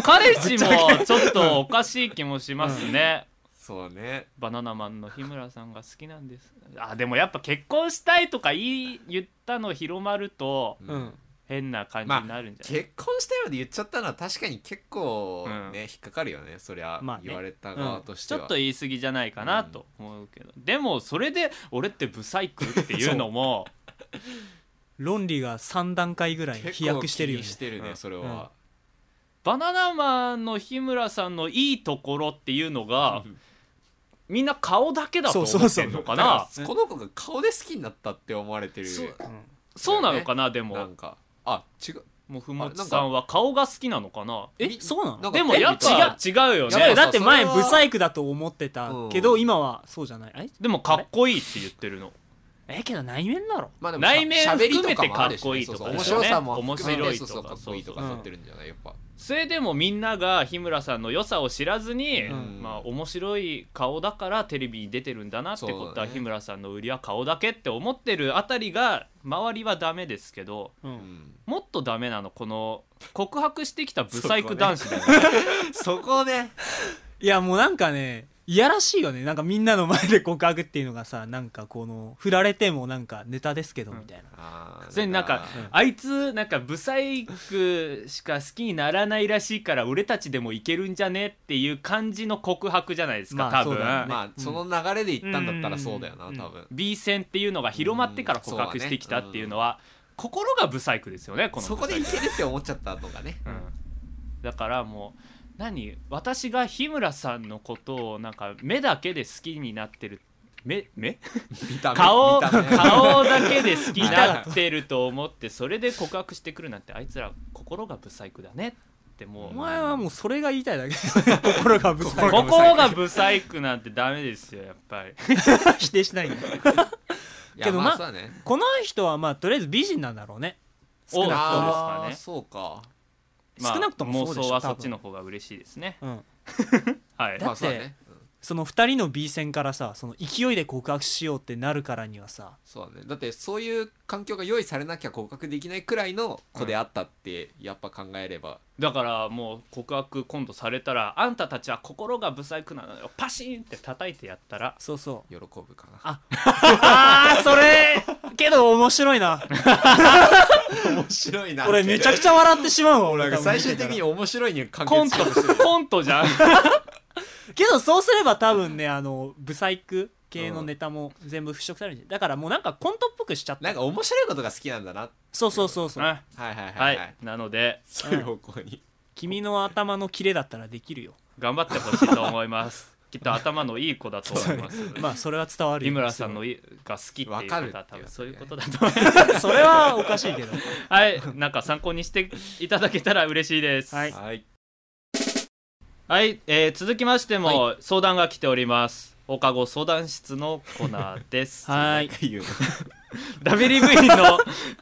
[SPEAKER 1] 彼氏もちょっとおかしい気もしますね、
[SPEAKER 2] そうね
[SPEAKER 1] バナナマンの日村さんが好きなんですあでもやっぱ結婚したいとか言い言ったの広まると
[SPEAKER 2] うん
[SPEAKER 3] うん
[SPEAKER 1] 変な感じになるんじゃない、
[SPEAKER 2] 結婚したいまで言っちゃったのは確かに結構
[SPEAKER 1] うん
[SPEAKER 2] ね、引っかかるよねそりゃ、
[SPEAKER 3] まあね
[SPEAKER 2] 言われた側とし
[SPEAKER 1] ち
[SPEAKER 2] て
[SPEAKER 1] ょ
[SPEAKER 2] は、
[SPEAKER 1] っと言い過ぎじゃないかなと思うけど、でもそれで俺ってブサイクっていうのも
[SPEAKER 3] 論理が3段階ぐらい
[SPEAKER 2] 結構
[SPEAKER 3] 飛躍してるよ
[SPEAKER 2] 気
[SPEAKER 3] ね
[SPEAKER 2] にしてるね、
[SPEAKER 1] うん
[SPEAKER 2] それは、
[SPEAKER 1] バナナマンの日村さんのいいところっていうのが、
[SPEAKER 2] うん
[SPEAKER 1] みんな顔だけだと思ってんのか
[SPEAKER 2] だ
[SPEAKER 1] な
[SPEAKER 2] か
[SPEAKER 3] うん
[SPEAKER 2] らこの子が顔で好きになったって思われてる
[SPEAKER 1] そう
[SPEAKER 3] うん
[SPEAKER 1] そうなのかなで
[SPEAKER 2] な
[SPEAKER 1] も
[SPEAKER 2] んかあ違う
[SPEAKER 1] もふもちさんは顔が好きなのかな
[SPEAKER 3] え
[SPEAKER 2] み
[SPEAKER 3] そうなの
[SPEAKER 2] なんか
[SPEAKER 1] でもやっぱ違うよ
[SPEAKER 2] や
[SPEAKER 3] 違う
[SPEAKER 1] ね
[SPEAKER 3] よだって
[SPEAKER 2] そ
[SPEAKER 3] 前
[SPEAKER 2] れは
[SPEAKER 3] ブサイクだと思ってたけ
[SPEAKER 2] う
[SPEAKER 3] ど
[SPEAKER 2] ん
[SPEAKER 3] 今はそうじゃないあい
[SPEAKER 1] でもかっこいいって言ってるの
[SPEAKER 3] えけど内面だろ
[SPEAKER 2] まあでも
[SPEAKER 1] 内面
[SPEAKER 2] 喋りと
[SPEAKER 1] 含めて
[SPEAKER 2] もあるし
[SPEAKER 1] かっこいいとか
[SPEAKER 2] そうそう
[SPEAKER 1] で
[SPEAKER 2] 面
[SPEAKER 1] すよ
[SPEAKER 2] 白
[SPEAKER 1] ね
[SPEAKER 2] さも含めて
[SPEAKER 1] 面白いと
[SPEAKER 2] そう
[SPEAKER 1] か
[SPEAKER 2] そうかっこいいとか
[SPEAKER 3] そうそう
[SPEAKER 2] 取ってるんじゃないやっぱ
[SPEAKER 1] それでもみんなが日村さんの良さを知らずに、
[SPEAKER 2] うん
[SPEAKER 1] まあ、面白い顔だからテレビに出てるんだなってこ
[SPEAKER 2] そう
[SPEAKER 1] と
[SPEAKER 2] だ
[SPEAKER 1] は、
[SPEAKER 2] ね
[SPEAKER 1] 日村さんの売りは顔だけって思ってるあたりが周りはダメですけど
[SPEAKER 3] う
[SPEAKER 2] うんん
[SPEAKER 1] もっとダメなのこの告白してきたブサイク男子だよね
[SPEAKER 2] そこね
[SPEAKER 3] いやもうなんかねいやらしいよねなんかみんなの前で告白っていうのがさなんかこの振られてもなんかネタですけどみたいな、
[SPEAKER 2] あー
[SPEAKER 1] それになんか
[SPEAKER 3] うん
[SPEAKER 1] あいつなんかブサイクしか好きにならないらしいから俺たちでもいけるんじゃねっていう感じの告白じゃないですか、
[SPEAKER 3] まあ
[SPEAKER 1] 多分、
[SPEAKER 3] そうだね
[SPEAKER 2] まあその流れで行ったんだったらそうだよな
[SPEAKER 3] うん
[SPEAKER 2] 多分
[SPEAKER 1] B 戦っていうのが広まってから告白してきたっていうのは、心がブサイクですよねこの
[SPEAKER 2] そ
[SPEAKER 1] ブサ
[SPEAKER 2] こ
[SPEAKER 1] イク
[SPEAKER 2] でいけるって思っちゃったとかね
[SPEAKER 1] うん、だからもう何私が日村さんのことをなんか目だけで好きになってる目目
[SPEAKER 2] 見た目
[SPEAKER 1] 顔
[SPEAKER 2] 見た目
[SPEAKER 1] 顔だけで好きになってると思ってそれで告白してくるなんてあいつら心がブサイクだねっても
[SPEAKER 3] お
[SPEAKER 1] う
[SPEAKER 3] 前はもうそれが言いたいだけ心がぶつかる
[SPEAKER 2] 心が
[SPEAKER 1] 心がブサイクなんてダメですよやっぱり
[SPEAKER 3] 否定しないんだ
[SPEAKER 2] いや
[SPEAKER 3] けどまあ
[SPEAKER 2] そうだね
[SPEAKER 3] この人はまあとりあえず美人なんだろうね
[SPEAKER 1] お
[SPEAKER 3] 少なくとも
[SPEAKER 2] あ
[SPEAKER 1] そう
[SPEAKER 2] ー
[SPEAKER 1] です
[SPEAKER 2] そうか
[SPEAKER 3] 少なくともそうでしょ
[SPEAKER 1] 妄想は
[SPEAKER 3] 多
[SPEAKER 1] そ
[SPEAKER 3] 分
[SPEAKER 1] っちの方が嬉しいですね
[SPEAKER 3] うん
[SPEAKER 1] はい
[SPEAKER 3] だ
[SPEAKER 2] ま
[SPEAKER 3] っ
[SPEAKER 2] あ
[SPEAKER 3] て
[SPEAKER 2] そうだねうん
[SPEAKER 3] その2人の B 戦からさその勢いで告白しようってなるからにはさ
[SPEAKER 2] そうだねだってそういう環境が用意されなきゃ合格できないくらいの子であったってやっぱ考えれば、
[SPEAKER 1] だからもう告白今度されたらあんたたちは心がブサイクなのよパシーンって叩いてやったら
[SPEAKER 3] そうそ う
[SPEAKER 2] 喜ぶかな
[SPEAKER 3] ああーそれ けど面白いな
[SPEAKER 2] 面白いな
[SPEAKER 3] 俺めちゃくちゃ笑ってしまうわ
[SPEAKER 2] な
[SPEAKER 3] 俺
[SPEAKER 2] んか最終的に面白いに関
[SPEAKER 1] コン
[SPEAKER 2] 係
[SPEAKER 1] ト コントじゃん
[SPEAKER 3] けどそうすれば多分ねあのブサイク系のネタも全部払拭されるんじゃんだからもうなんかコントっぽくしちゃった
[SPEAKER 2] なんか面白いことが好きなんだな
[SPEAKER 3] そうそうそうそう、
[SPEAKER 1] は
[SPEAKER 2] はいはい
[SPEAKER 1] い、は
[SPEAKER 2] はいはい、
[SPEAKER 1] い、なので
[SPEAKER 2] そういう方向に
[SPEAKER 3] 君の頭のキレだったらできるよ
[SPEAKER 1] 頑張ってほしいと思いますきっと頭のいい子だと思います
[SPEAKER 3] まあそれは伝わるよ
[SPEAKER 1] 井村さんのいが好きっていう
[SPEAKER 2] わかる
[SPEAKER 1] 方
[SPEAKER 2] ってい
[SPEAKER 1] は
[SPEAKER 2] う
[SPEAKER 1] 多分そういうことだと 思います
[SPEAKER 3] それはおかしいけど
[SPEAKER 1] はいなんか参考にしていただけたら嬉しいです
[SPEAKER 3] はい
[SPEAKER 2] はい
[SPEAKER 1] はい、えー続きましても相談が来ております放課後相談室のコーナーです
[SPEAKER 3] はい
[SPEAKER 2] 言うの
[SPEAKER 1] WV の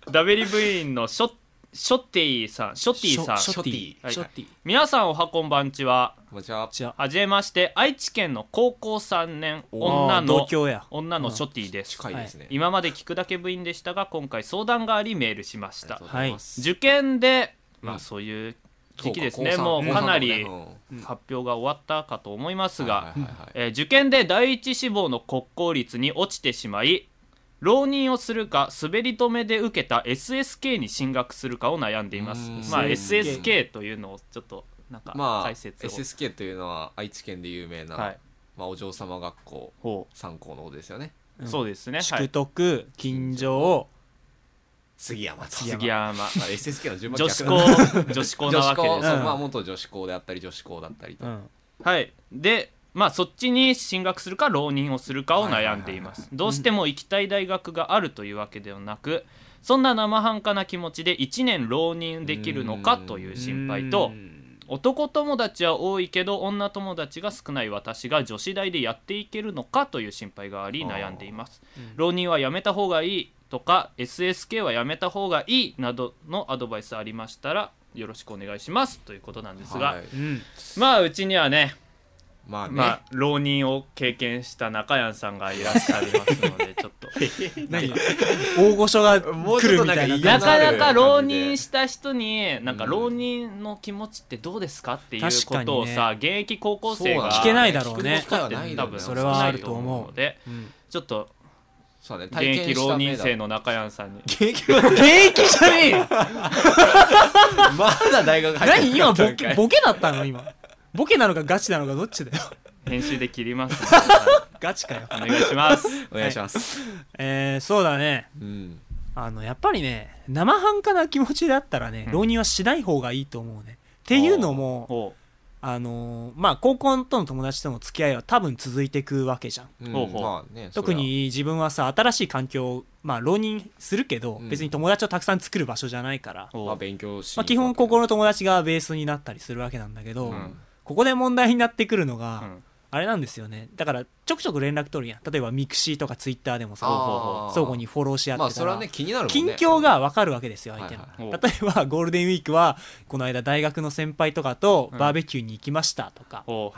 [SPEAKER 1] WV のショショッティさんショッティさん
[SPEAKER 3] ショショッティ、
[SPEAKER 1] はい
[SPEAKER 3] ショッティ
[SPEAKER 1] 皆さんおはこんばんちは
[SPEAKER 2] こんにちは
[SPEAKER 3] じゃあ
[SPEAKER 1] はじめまして愛知県の高校3年
[SPEAKER 3] あ
[SPEAKER 1] 女
[SPEAKER 3] ー
[SPEAKER 1] の
[SPEAKER 3] 同郷や
[SPEAKER 1] 女のショッティです、
[SPEAKER 2] 近いですね、
[SPEAKER 1] 今まで聞くだけ部員でしたが今回相談がありメールしまし
[SPEAKER 2] ありが
[SPEAKER 1] た
[SPEAKER 2] とうございます
[SPEAKER 1] 受験で、
[SPEAKER 2] うん
[SPEAKER 1] まあ、そういう
[SPEAKER 2] そう
[SPEAKER 1] 時
[SPEAKER 2] か
[SPEAKER 1] 期ですね
[SPEAKER 2] 高三
[SPEAKER 1] もう
[SPEAKER 2] 高
[SPEAKER 1] か
[SPEAKER 2] 三
[SPEAKER 1] な
[SPEAKER 2] だもんね
[SPEAKER 1] り
[SPEAKER 3] うん
[SPEAKER 1] 発表が終わったかと思います
[SPEAKER 2] うん
[SPEAKER 1] が、
[SPEAKER 2] はいはいはいはい
[SPEAKER 1] えー受験で第一志望の国公立に落ちてしまい浪人をするか滑り止めで受けた SSK に進学するかを悩んでいます
[SPEAKER 2] うーん
[SPEAKER 1] まあ
[SPEAKER 2] SSK
[SPEAKER 1] SSK というのをちょっとなんか
[SPEAKER 2] まあ
[SPEAKER 1] 解説を、
[SPEAKER 2] SSK というのは愛知県で有名な、
[SPEAKER 1] はい
[SPEAKER 2] まあ、お嬢様学校
[SPEAKER 1] ほ
[SPEAKER 2] 参考の方ですよね
[SPEAKER 1] う
[SPEAKER 3] うん
[SPEAKER 1] そうですね、は
[SPEAKER 3] 宿
[SPEAKER 1] い、
[SPEAKER 3] 徳金城
[SPEAKER 2] 杉山と
[SPEAKER 1] 杉山
[SPEAKER 2] まあ SSK の順番
[SPEAKER 1] 女子
[SPEAKER 2] 逆
[SPEAKER 1] 校
[SPEAKER 2] だ
[SPEAKER 1] 女子校
[SPEAKER 2] 女
[SPEAKER 1] な
[SPEAKER 2] 子
[SPEAKER 1] わけで
[SPEAKER 2] 校、
[SPEAKER 1] す
[SPEAKER 2] そう
[SPEAKER 3] うん
[SPEAKER 2] まあ元女子校であったり女子校だったりと、
[SPEAKER 3] うん
[SPEAKER 1] はい、で、まあ、そっちに進学するか浪人をするかを悩んでいます、
[SPEAKER 2] はいはいはいは
[SPEAKER 1] どうしても行きたい大学があるというわけではなくそんな生半可な気持ちで1年浪人できるのかという心配と
[SPEAKER 2] うん
[SPEAKER 1] 男友達は多いけど女友達が少ない私が女子大でやっていけるのかという心配があり
[SPEAKER 2] あー
[SPEAKER 1] 悩んでいます
[SPEAKER 3] うん
[SPEAKER 1] 浪人はやめた方がいいとか SSK はやめた方がいいなどのアドバイスありましたらよろしくお願いしますということなんですが、
[SPEAKER 2] はい
[SPEAKER 3] うん
[SPEAKER 1] まあうちにはね
[SPEAKER 2] まあね、
[SPEAKER 1] まあ、浪人を経験した中谷さんがいらっしゃいますのでちょっと
[SPEAKER 3] 何大御所が
[SPEAKER 2] もう
[SPEAKER 3] 来
[SPEAKER 2] ちょっ
[SPEAKER 3] る
[SPEAKER 2] と
[SPEAKER 3] み
[SPEAKER 2] なん
[SPEAKER 3] た
[SPEAKER 2] か
[SPEAKER 3] いな
[SPEAKER 1] な
[SPEAKER 2] 嫌
[SPEAKER 1] かな
[SPEAKER 2] る
[SPEAKER 1] か
[SPEAKER 2] 感じで
[SPEAKER 1] 浪人した人になんか
[SPEAKER 2] うん
[SPEAKER 1] 浪人の気持ちってどうですかっていう
[SPEAKER 3] 確
[SPEAKER 1] こ
[SPEAKER 3] かにね
[SPEAKER 1] とをさ、現役高校生が
[SPEAKER 3] 聞けないだろう
[SPEAKER 2] 聞く
[SPEAKER 3] ね
[SPEAKER 2] 機会はないだろうね
[SPEAKER 1] 多
[SPEAKER 3] そ
[SPEAKER 1] 分
[SPEAKER 3] れはあると
[SPEAKER 1] 少ない
[SPEAKER 3] 思う
[SPEAKER 1] ので
[SPEAKER 3] うん
[SPEAKER 1] ちょっと
[SPEAKER 2] そうだね
[SPEAKER 1] 現
[SPEAKER 2] 体
[SPEAKER 1] 役
[SPEAKER 2] 験し
[SPEAKER 1] 浪
[SPEAKER 2] た目
[SPEAKER 1] 人
[SPEAKER 2] だ
[SPEAKER 1] 生の中谷さんに
[SPEAKER 3] 現役じゃねえよ
[SPEAKER 2] まだ大学入って
[SPEAKER 3] 何今ボ
[SPEAKER 2] 段階
[SPEAKER 3] ケボケだったの今ボケなのかガチなのかどっちだよ
[SPEAKER 1] 編集で切ります、
[SPEAKER 3] ガチかよ
[SPEAKER 1] お願いします
[SPEAKER 2] お願いします、
[SPEAKER 3] えー、そうだね
[SPEAKER 2] うん
[SPEAKER 3] あのやっぱりね生半可な気持ちだったらね
[SPEAKER 1] うん
[SPEAKER 3] 浪人はしない方がいいと思うねっていうのも
[SPEAKER 1] ほ
[SPEAKER 3] あのーまあ高校との友達との付き合いは多分続いていくわけじゃん
[SPEAKER 2] うん
[SPEAKER 1] ほうほう
[SPEAKER 2] まあね
[SPEAKER 3] 特に自分はさ新しい環境まあ浪人するけど、
[SPEAKER 2] うん
[SPEAKER 3] 別に友達をたくさん作る場所じゃないから、
[SPEAKER 1] う
[SPEAKER 2] それ
[SPEAKER 1] ほ
[SPEAKER 2] は
[SPEAKER 1] う
[SPEAKER 2] まあ勉強し
[SPEAKER 3] まあ、基本高校の友達がベースになったりするわけなんだけど、
[SPEAKER 1] うん
[SPEAKER 3] ここで問題になってくるのが、
[SPEAKER 1] うん
[SPEAKER 3] あれなんですよねだからちょくちょく連絡取るやん例えばミクシーとかツイッターでもさ
[SPEAKER 2] あー
[SPEAKER 3] 相互にフォローし合ってたら、
[SPEAKER 2] まあそれはね気になるもんね
[SPEAKER 3] 近況が分かるわけですよ相手の、
[SPEAKER 2] はい
[SPEAKER 1] はい
[SPEAKER 3] 例えばゴールデンウィークはこの間大学の先輩とかとバーベキューに行きましたとか、
[SPEAKER 1] おう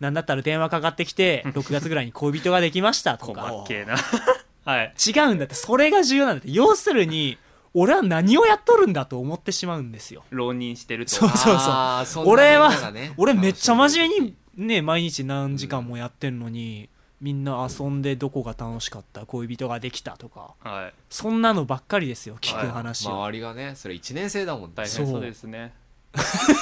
[SPEAKER 3] なんだったら電話かかってきて6月ぐらいに恋人ができましたと
[SPEAKER 1] 細
[SPEAKER 3] か
[SPEAKER 1] っけえな はい
[SPEAKER 3] 違うんだってそれが重要なんだって要するに俺は何をやっとるんだと思ってしまうんですよ
[SPEAKER 1] 浪人してると
[SPEAKER 3] そうそうそう
[SPEAKER 2] あーそんな
[SPEAKER 3] 俺
[SPEAKER 2] みんなが
[SPEAKER 3] は
[SPEAKER 2] ね
[SPEAKER 3] 俺めっちゃ真面目にね毎日何時間もやってんのにみんな遊んでどこが楽しかった恋人ができたとか
[SPEAKER 1] はい
[SPEAKER 3] そんなのばっかりですよ聞
[SPEAKER 2] はい
[SPEAKER 3] く話は
[SPEAKER 2] 周りがねそれ1年生だもん
[SPEAKER 1] 大変
[SPEAKER 3] そう
[SPEAKER 1] そうですね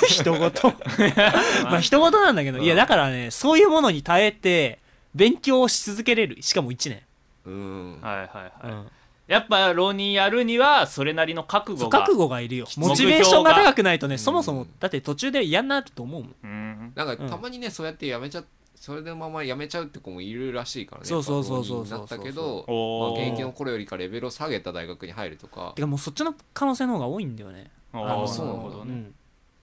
[SPEAKER 3] 人ごと ま
[SPEAKER 1] ま
[SPEAKER 3] あ
[SPEAKER 1] あ
[SPEAKER 3] 人ごとなんだけど
[SPEAKER 2] うん
[SPEAKER 3] いやだからねそういうものに耐えて勉強をし続けれるしかも1年
[SPEAKER 2] うん
[SPEAKER 1] はいはいはい、
[SPEAKER 3] うん
[SPEAKER 1] やっぱ浪人やるにはそれなりの覚
[SPEAKER 3] そ
[SPEAKER 1] 悟
[SPEAKER 3] う
[SPEAKER 1] が
[SPEAKER 3] 覚悟がいるよ
[SPEAKER 1] 目標が
[SPEAKER 3] モチベーションが高くないとねそもそうも
[SPEAKER 2] ん
[SPEAKER 3] だって途中で嫌になると思うもん
[SPEAKER 1] うん
[SPEAKER 2] なんか
[SPEAKER 3] うん
[SPEAKER 2] たまにねそうやってやめちゃそれのままやめちゃうって子もいるらしいからね
[SPEAKER 3] そうそうそうそう
[SPEAKER 2] やっぱ浪人になったけ
[SPEAKER 1] そうそう
[SPEAKER 2] ど
[SPEAKER 1] おー
[SPEAKER 2] まあ現役の頃よりかレベルを下げた大学に入るとか
[SPEAKER 3] てかもうそっちの可能性の方が多いんだよね
[SPEAKER 1] おー
[SPEAKER 3] あの
[SPEAKER 2] そうな
[SPEAKER 1] なんる
[SPEAKER 2] だ
[SPEAKER 1] ほどね、
[SPEAKER 3] うん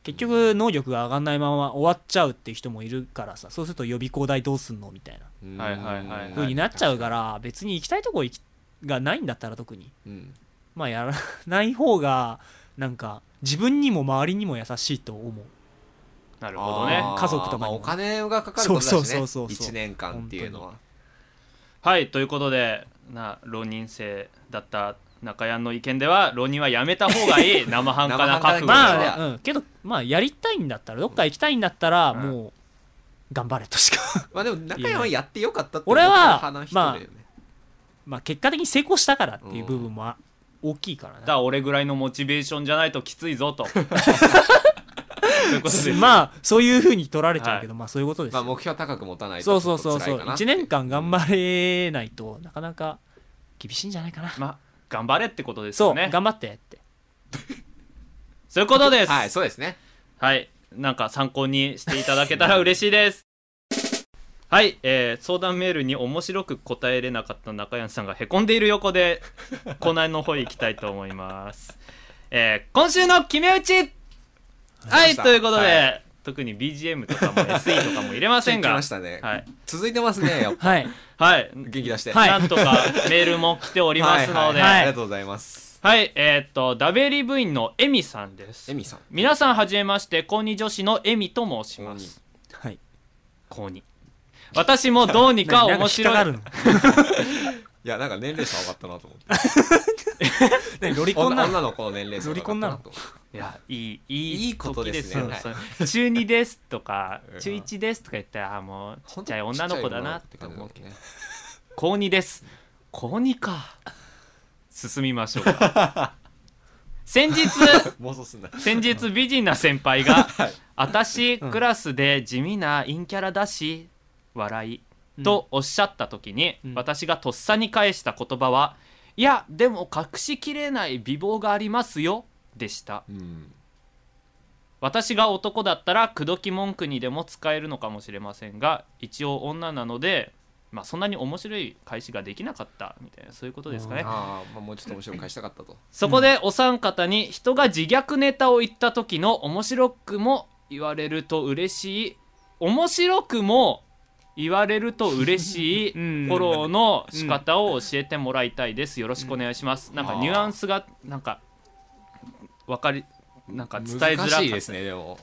[SPEAKER 3] 結局能力が上がんないまま終わっちゃうっていう人もいるからさそうすると予備校代どうすんのみたいな
[SPEAKER 2] うん
[SPEAKER 1] はいはいはい
[SPEAKER 3] 風になっちゃうから別に行きたいとこ行きがないんだったら特に
[SPEAKER 2] うん
[SPEAKER 3] まあやら ない方がなんか自分にも周りにも優しいと思う
[SPEAKER 1] なるほどね
[SPEAKER 2] あー
[SPEAKER 3] 家族とかに
[SPEAKER 2] ま
[SPEAKER 3] も
[SPEAKER 2] あお金がかかることだし
[SPEAKER 3] そ
[SPEAKER 2] ね
[SPEAKER 3] うそうそうそう
[SPEAKER 2] 1年間っていうのは
[SPEAKER 1] はいということでな浪人生だった中谷の意見では浪人はやめた方が いい生半可な覚悟
[SPEAKER 2] 生半可な
[SPEAKER 1] だと
[SPEAKER 2] 覚悟
[SPEAKER 3] まあ、うん、けどまあやりたいんだったらどっか行きたいんだったら
[SPEAKER 1] うん
[SPEAKER 3] もう頑張れとしか
[SPEAKER 2] まあでも中山はやってよかったって
[SPEAKER 3] 俺は
[SPEAKER 2] 派な人だよね
[SPEAKER 3] まあ結果的に成功したからっていう部分もあ大きいから
[SPEAKER 1] だ
[SPEAKER 3] ね
[SPEAKER 1] から俺ぐらいのモチベーションじゃないときつい ぞとそういうことです
[SPEAKER 3] まあそういうふうに取られちゃうけど、まあそういうことです
[SPEAKER 2] ま
[SPEAKER 3] よ
[SPEAKER 2] あ目標は高く持たない
[SPEAKER 3] そ
[SPEAKER 2] と
[SPEAKER 3] うそうそうそう1年間頑
[SPEAKER 2] る
[SPEAKER 3] 張れないとなかなか厳しいんじゃないかな、
[SPEAKER 1] まあ頑張れってことです
[SPEAKER 3] そ
[SPEAKER 1] よ
[SPEAKER 3] う、
[SPEAKER 1] ね
[SPEAKER 3] 頑張ってって
[SPEAKER 1] そういうことです
[SPEAKER 2] はいそうですね
[SPEAKER 1] はい。なんか参考にしていただけたら嬉しいです。はい、えー相談メールに面白く答えれなかった中山さんがへこんでいる横で、コーナーの方へ行きたいと思います。えー今週の決め打ちは
[SPEAKER 2] り
[SPEAKER 1] い、
[SPEAKER 2] ました
[SPEAKER 1] ということで、
[SPEAKER 2] は
[SPEAKER 1] 特に BGM とかも SE とかも入れません
[SPEAKER 2] 続き
[SPEAKER 1] が
[SPEAKER 2] まし、たね
[SPEAKER 1] はい、
[SPEAKER 2] 続いてますねやっぱ
[SPEAKER 3] はい
[SPEAKER 1] はい、
[SPEAKER 2] 元気出して
[SPEAKER 3] はい
[SPEAKER 1] なんとかメールも来ておりますので、
[SPEAKER 2] はいはいはいあ
[SPEAKER 1] は
[SPEAKER 2] り
[SPEAKER 1] い
[SPEAKER 2] がとうございます
[SPEAKER 1] はい、えーっと、ダベリ部員のエミさんです
[SPEAKER 2] エ。ミさん
[SPEAKER 1] 皆さんはじめまして、高2女子のエミと申します。
[SPEAKER 3] はい
[SPEAKER 1] 高二私もどうにか面白い
[SPEAKER 3] 何か引っかか
[SPEAKER 2] いやなんか年齢差上がったなと思って
[SPEAKER 3] るの何ロリコン
[SPEAKER 2] 女
[SPEAKER 3] なの
[SPEAKER 2] 女の子の年齢差上がったなと思って
[SPEAKER 1] いやいいいい
[SPEAKER 2] いいこと
[SPEAKER 1] 時
[SPEAKER 2] ですね
[SPEAKER 1] よそう中2ですとか
[SPEAKER 2] うん
[SPEAKER 1] 中1ですとか言ったらあーもうちっちゃい女の子だなって思うけど
[SPEAKER 2] ね
[SPEAKER 1] 高2です高2か進みましょうか 先日
[SPEAKER 2] 妄想すんな
[SPEAKER 1] 先日美人な先輩 が「私クラスで地味な陰キャラだし笑い」とおっしゃった時に、
[SPEAKER 3] うん
[SPEAKER 1] 私がとっさに返した言葉は「いやでも隠しきれない美貌がありますよ」でした
[SPEAKER 2] うん
[SPEAKER 1] 私が男だったら口説き文句にでも使えるのかもしれませんが一応女なので、まあ、そんなに面白い返しができなかったみたいなそういうことですかね
[SPEAKER 2] ああまあもうちょっと面白く返したかっ たと
[SPEAKER 1] そこでお三方に人が自虐ネタを言った時の面白くも言われると嬉しい面白くも言われると嬉しいフ
[SPEAKER 3] うん
[SPEAKER 1] ォローの仕方を教えてもらいたいですよろしくお願いしますなんかニュアンスがなんか分かりなんか伝えづらかっ
[SPEAKER 2] 難
[SPEAKER 1] た
[SPEAKER 2] しいですねでも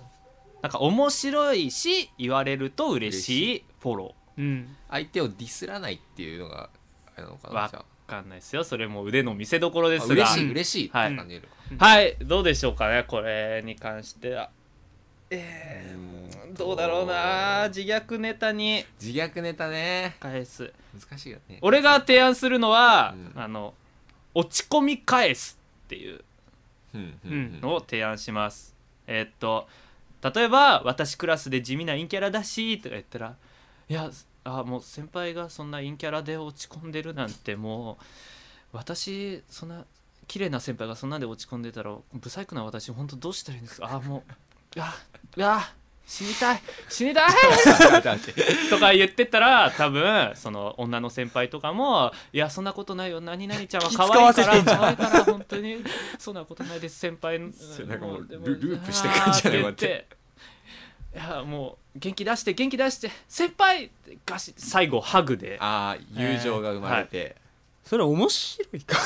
[SPEAKER 1] なんか面白いし言われると嬉しいフォロ
[SPEAKER 3] うん
[SPEAKER 2] 相手をディスらないっていうのがあれなのか
[SPEAKER 1] ー
[SPEAKER 2] な
[SPEAKER 1] わ
[SPEAKER 2] じゃあ
[SPEAKER 1] かんないですよそれも腕の見せ所ですが
[SPEAKER 2] あ嬉し
[SPEAKER 3] う
[SPEAKER 2] い
[SPEAKER 3] ん
[SPEAKER 2] 嬉しいって
[SPEAKER 1] はい
[SPEAKER 2] 感じる
[SPEAKER 1] はいどうでしょうかねこれに関しては
[SPEAKER 2] うん
[SPEAKER 1] どうだろうな自虐ネタに
[SPEAKER 2] 自虐ネタね
[SPEAKER 1] 返す
[SPEAKER 2] 難しいよね
[SPEAKER 1] 俺が提案するのは、
[SPEAKER 2] うん
[SPEAKER 1] あの落ち込み返すっていう
[SPEAKER 2] うんうん
[SPEAKER 3] うん
[SPEAKER 1] のを提案します、えーっと例えば私クラスで地味な陰キャラだしとか言ったらいやあもう先輩がそんな陰キャラで落ち込んでるなんてもう私そんな綺麗な先輩がそんなんで落ち込んでたら不細工な私本当どうしたらいいんですかあもうああ死にたい死にたいとか言ってたら多分その女の先輩とかも「いやそんなことないよ何々ちゃんは可愛いか
[SPEAKER 3] 気遣わせて
[SPEAKER 1] ら
[SPEAKER 3] んじゃん
[SPEAKER 1] 可愛いから本当にそんなことないです先輩の
[SPEAKER 2] それなんかもう
[SPEAKER 1] で
[SPEAKER 2] ルループしてくんじゃな
[SPEAKER 1] あ
[SPEAKER 2] い
[SPEAKER 1] ーって言っていやもう元気出して元気出して先輩ってガシッ最後ハグで
[SPEAKER 2] ああ友情が生まれて、
[SPEAKER 3] それ面白いか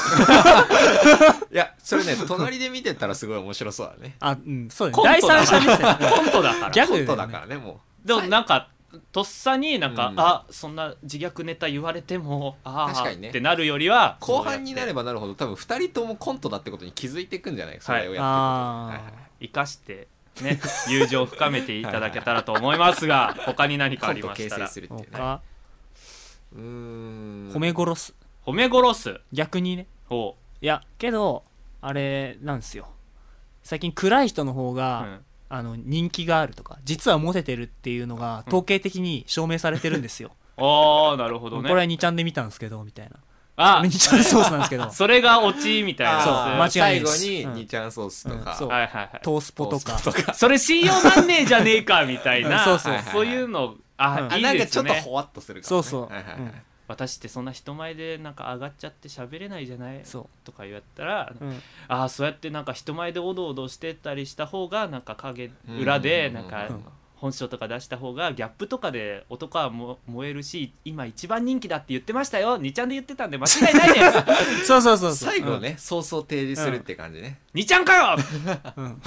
[SPEAKER 2] いやそれね隣で見てたらすごい面白そうだね
[SPEAKER 3] あうんそうだ
[SPEAKER 1] コ
[SPEAKER 3] ね
[SPEAKER 1] ン
[SPEAKER 3] 第
[SPEAKER 1] トだ
[SPEAKER 3] 三 者目線
[SPEAKER 1] コントだから
[SPEAKER 3] ギャグ
[SPEAKER 2] コン
[SPEAKER 3] だよね
[SPEAKER 2] トだからねも
[SPEAKER 1] でもなんかとっさになんか、
[SPEAKER 2] うん
[SPEAKER 1] あそんな自虐ネタ言われてもああ
[SPEAKER 2] 確かにね
[SPEAKER 1] ってなるよりは
[SPEAKER 2] う後半になれ
[SPEAKER 1] ば
[SPEAKER 2] ばなるほど多分2人ともコントだってことに気づいていくんじゃないそれをやってると
[SPEAKER 3] あ
[SPEAKER 2] はいはい
[SPEAKER 3] ー
[SPEAKER 1] 生かしてね友情を深めていただけたらと思いますが他に何か
[SPEAKER 2] コ
[SPEAKER 1] あ
[SPEAKER 2] ン
[SPEAKER 1] り
[SPEAKER 2] ト
[SPEAKER 1] まし
[SPEAKER 2] 形
[SPEAKER 1] たら
[SPEAKER 2] 成するっていう
[SPEAKER 3] そう
[SPEAKER 2] ね
[SPEAKER 3] か
[SPEAKER 2] うーん
[SPEAKER 3] 褒め殺す
[SPEAKER 1] 褒め殺す
[SPEAKER 3] 逆にね
[SPEAKER 1] ほ
[SPEAKER 3] いやけどあれなんですよ最近暗い人の方
[SPEAKER 1] う、う
[SPEAKER 3] が、
[SPEAKER 1] ん
[SPEAKER 3] あの人気があるとか実はモテてるっていうのが統計的に証明されて るんですよ、
[SPEAKER 1] ああなるほど
[SPEAKER 3] こ
[SPEAKER 1] ね
[SPEAKER 3] れは2ちゃんで見たんですけどみたいな
[SPEAKER 1] あ
[SPEAKER 3] 俺2ちゃんソースなんですけど
[SPEAKER 1] それがオチみたいな
[SPEAKER 3] そう
[SPEAKER 1] や
[SPEAKER 2] あー
[SPEAKER 3] 間違
[SPEAKER 2] 最
[SPEAKER 3] いないで
[SPEAKER 2] 後
[SPEAKER 3] す
[SPEAKER 2] に
[SPEAKER 3] うん
[SPEAKER 2] 2ちゃんソースと
[SPEAKER 3] うん
[SPEAKER 2] か、
[SPEAKER 3] そ
[SPEAKER 1] つ
[SPEAKER 3] う
[SPEAKER 1] はいはいはい
[SPEAKER 3] トースポとか
[SPEAKER 2] トースポとか
[SPEAKER 1] それ信用なんねえじゃねえかみたいな
[SPEAKER 3] うんそうそう
[SPEAKER 1] そういうのあ、
[SPEAKER 3] うん
[SPEAKER 2] あ
[SPEAKER 1] い
[SPEAKER 2] ないん
[SPEAKER 1] で
[SPEAKER 2] かち
[SPEAKER 1] す
[SPEAKER 2] ょっと
[SPEAKER 1] ね
[SPEAKER 2] ほわっとするから、
[SPEAKER 3] そ
[SPEAKER 2] ね、
[SPEAKER 3] うそう、
[SPEAKER 2] はいはいはい
[SPEAKER 3] うん
[SPEAKER 1] 私ってそんな人前でなんか上がっちゃって喋れないじゃない
[SPEAKER 3] そ
[SPEAKER 1] とか言ったら、
[SPEAKER 3] う、うん
[SPEAKER 1] ああそうやってなんか人前でおどおどしてたりした方がなんか影
[SPEAKER 2] うん
[SPEAKER 1] 裏で
[SPEAKER 2] うん
[SPEAKER 1] なんか
[SPEAKER 3] うん
[SPEAKER 1] 本性とか出した方がギャップとかで男はも燃えるし今一番人気だって言ってましたよ2ちゃんで言ってたんで間違いないです
[SPEAKER 3] そうそうそうそう
[SPEAKER 2] 最後、ね、そうそう提示するって感じね、
[SPEAKER 1] 2ちゃんかよ
[SPEAKER 3] うんうん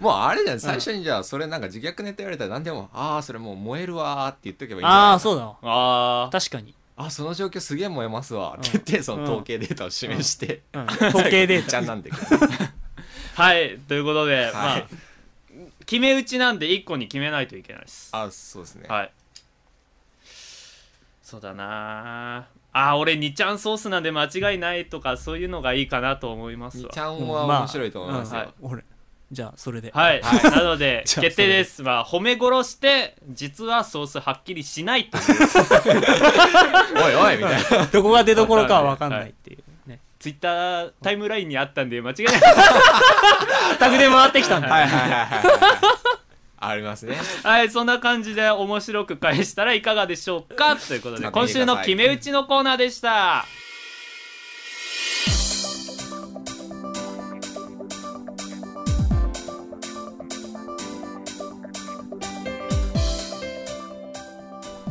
[SPEAKER 2] もうあれじゃん最初にじゃあそれなんか自虐ネタ言われたら何でも「ああそれもう燃えるわ」って言っとけばいいんじゃない
[SPEAKER 3] ああそうだわ
[SPEAKER 1] あー
[SPEAKER 3] 確かに、
[SPEAKER 2] あその状況すげえ燃えますわって言ってその統計データを示して
[SPEAKER 3] うん統計デー
[SPEAKER 2] ちゃんなんだけど
[SPEAKER 1] はいということで、ま
[SPEAKER 2] は
[SPEAKER 1] あ
[SPEAKER 2] い
[SPEAKER 1] 決め打ちなんで1個に決めないといけないです
[SPEAKER 2] あそうですね
[SPEAKER 1] はいそうだなああ俺2ちゃんソースなんで間違いないとかそういうのがいいかなと思います
[SPEAKER 2] に
[SPEAKER 1] わ
[SPEAKER 2] ちゃ
[SPEAKER 3] タ
[SPEAKER 2] んは面白いと思いますよ、
[SPEAKER 1] はい
[SPEAKER 3] 俺じゃあそれで、
[SPEAKER 1] はい、
[SPEAKER 2] は
[SPEAKER 1] なので
[SPEAKER 3] じゃあ
[SPEAKER 1] 決定ですまあ褒め殺して実はソースはっきりしないという
[SPEAKER 2] おいおいみたいな
[SPEAKER 3] どこが出どころかは分かんないっていうね
[SPEAKER 1] ツイッタータイムラインにあったんで間違い ないです
[SPEAKER 3] タグで回ってきたんだ、
[SPEAKER 2] はいはいはいはいありますね
[SPEAKER 1] はいそんな感じで面白く返したらいかがでしょうかということで
[SPEAKER 2] 頑張
[SPEAKER 1] 今
[SPEAKER 2] ってください
[SPEAKER 1] 週の決め打ちのコーナーでした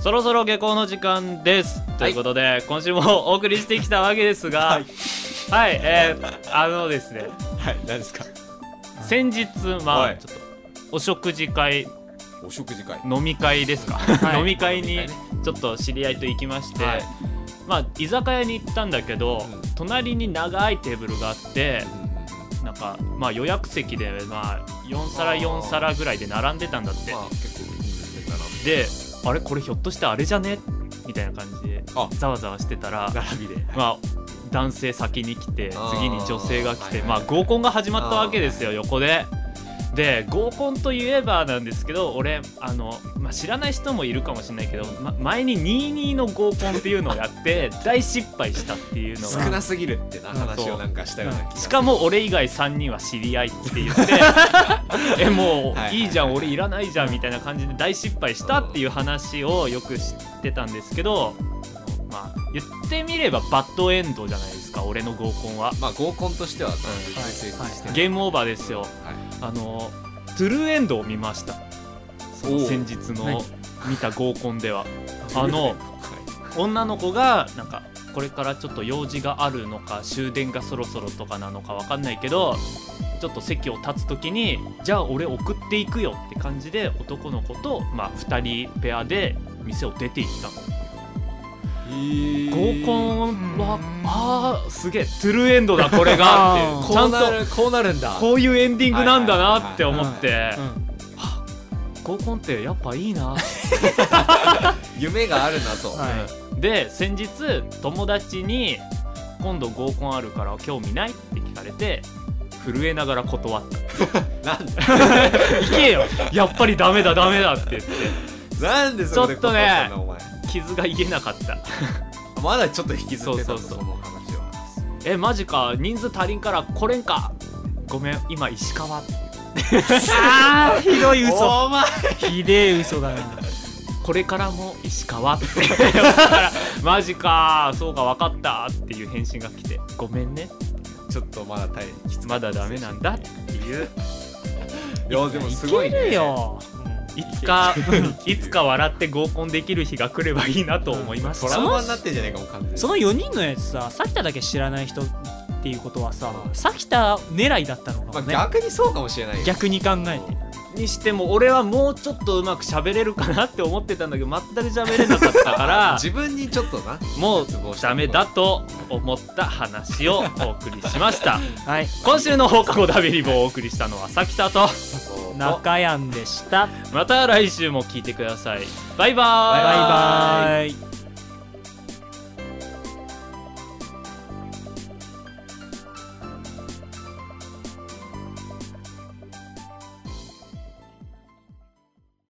[SPEAKER 1] そろそろ下校の時間です、ということで今週もお送りしてきたわけですがは
[SPEAKER 2] はいい、
[SPEAKER 1] えーあのですね
[SPEAKER 2] はい何ですか
[SPEAKER 1] 先日ま
[SPEAKER 2] は
[SPEAKER 1] あ
[SPEAKER 2] い
[SPEAKER 1] ちょっとお食事会
[SPEAKER 2] お食事会
[SPEAKER 1] 飲み会ですか、
[SPEAKER 3] い
[SPEAKER 1] 飲み会に
[SPEAKER 2] 飲み会ね
[SPEAKER 1] ちょっと知り合いと行きまして、
[SPEAKER 2] はい
[SPEAKER 1] まあ居酒屋に行ったんだけど、
[SPEAKER 2] うん
[SPEAKER 1] 隣に長いテーブルがあってなんかまあ予約席でまあ4皿
[SPEAKER 2] あー
[SPEAKER 1] 4皿ぐらいで並んでたんだって
[SPEAKER 2] まあ結構いいんだな
[SPEAKER 1] であれこれひょっとしてあれじゃねみたいな感じで
[SPEAKER 2] あ
[SPEAKER 1] ざわざわしてたら
[SPEAKER 2] 並びで
[SPEAKER 1] まあ男性先に来て
[SPEAKER 2] あー
[SPEAKER 1] 次に女性が来
[SPEAKER 2] はい
[SPEAKER 1] て
[SPEAKER 2] はい
[SPEAKER 1] まあ合コンが始まったわけですよ横で。で合コンといえばなんですけど俺あの、まあ、知らない人もいるかもしれないけど、ま、前に22の合コンっていうのをやって大失敗したっていうの
[SPEAKER 2] 少
[SPEAKER 1] が
[SPEAKER 2] なすぎるってな話をなんかしたような気が
[SPEAKER 1] しかも俺以外3人は知り合いって言って えも
[SPEAKER 2] は
[SPEAKER 1] う
[SPEAKER 2] い
[SPEAKER 1] いいじゃん俺いらないじゃんみたいな感じで大失敗したっていう話をよく知ってたんですけどまあ言ってみればバッドエンドじゃないですか俺の合コンは
[SPEAKER 2] まあ合コンとしては全然成功してない
[SPEAKER 1] ゲームオーバーですよ
[SPEAKER 2] はい
[SPEAKER 1] あのトゥルーエンドを見ましたその
[SPEAKER 2] おう
[SPEAKER 1] 先日の
[SPEAKER 3] 何
[SPEAKER 1] 見た合コンで はあの女の子がなんかこれからちょっと用事があるのか終電がそろそろとかなのかわかんないけどちょっと席を立つ時にじゃあ俺送っていくよって感じで男の子と、まあ、2人ペアで店を出ていったの合
[SPEAKER 2] 合
[SPEAKER 1] コンはあーすげえトゥルーエンドだこれ がっていうちゃ
[SPEAKER 2] こうん
[SPEAKER 1] と
[SPEAKER 2] なるこうなるんだ
[SPEAKER 1] こういうエンディングなんだなって思って、
[SPEAKER 3] うん
[SPEAKER 1] 合コンってやっぱいいな、
[SPEAKER 2] 夢があるなと
[SPEAKER 3] は
[SPEAKER 1] で先日友達に「今度合コンあるから興味ない?」って聞かれて震えながら断った
[SPEAKER 2] なんで
[SPEAKER 1] 「行けよやっぱりダメだダメだ」って言って
[SPEAKER 2] なんでそこで
[SPEAKER 1] ちょっとね
[SPEAKER 2] 断ったんだお前
[SPEAKER 1] 傷が言えなかった「
[SPEAKER 2] まだちょっと引きずってた
[SPEAKER 1] そ
[SPEAKER 2] んだ
[SPEAKER 1] うそうそう
[SPEAKER 2] その話は
[SPEAKER 1] えマジか人数足りんから来れんかごめん今石川」
[SPEAKER 3] あーひどい嘘
[SPEAKER 2] お前
[SPEAKER 3] ひでえ嘘だな
[SPEAKER 1] これからも石川って 言ったらマジかそうか分かったっていう返信が来てごめんね
[SPEAKER 2] ちょっとまだ大変きつか
[SPEAKER 1] ま
[SPEAKER 2] った
[SPEAKER 1] だダメなんだっていう
[SPEAKER 2] いやでもすごい
[SPEAKER 3] け
[SPEAKER 2] ね
[SPEAKER 3] るよ、うん
[SPEAKER 1] いつか いつか笑って合コンできる日が来ればいいなと思いまし
[SPEAKER 2] トラ
[SPEAKER 1] た、
[SPEAKER 2] ウマになってんじゃないかも完全に
[SPEAKER 3] その4人のやつささきただけ知らない人っていうことはささきた狙いだったの
[SPEAKER 2] ま
[SPEAKER 3] か
[SPEAKER 2] あ、
[SPEAKER 3] もね、
[SPEAKER 2] 逆にそうかもしれないよ
[SPEAKER 3] 逆に考えて
[SPEAKER 1] にしても俺はもうちょっとうまく喋れるかなって思ってたんだけど全く喋れなかったから
[SPEAKER 2] 自分にちょっとな
[SPEAKER 1] もうダメだと思った話をお送りしま した
[SPEAKER 3] はい
[SPEAKER 1] 今週の放課後ダビリブをお送りしたのはさきたと
[SPEAKER 3] 中やんでした
[SPEAKER 1] また来週も聞いてくださいバイバーイ
[SPEAKER 3] バイバイ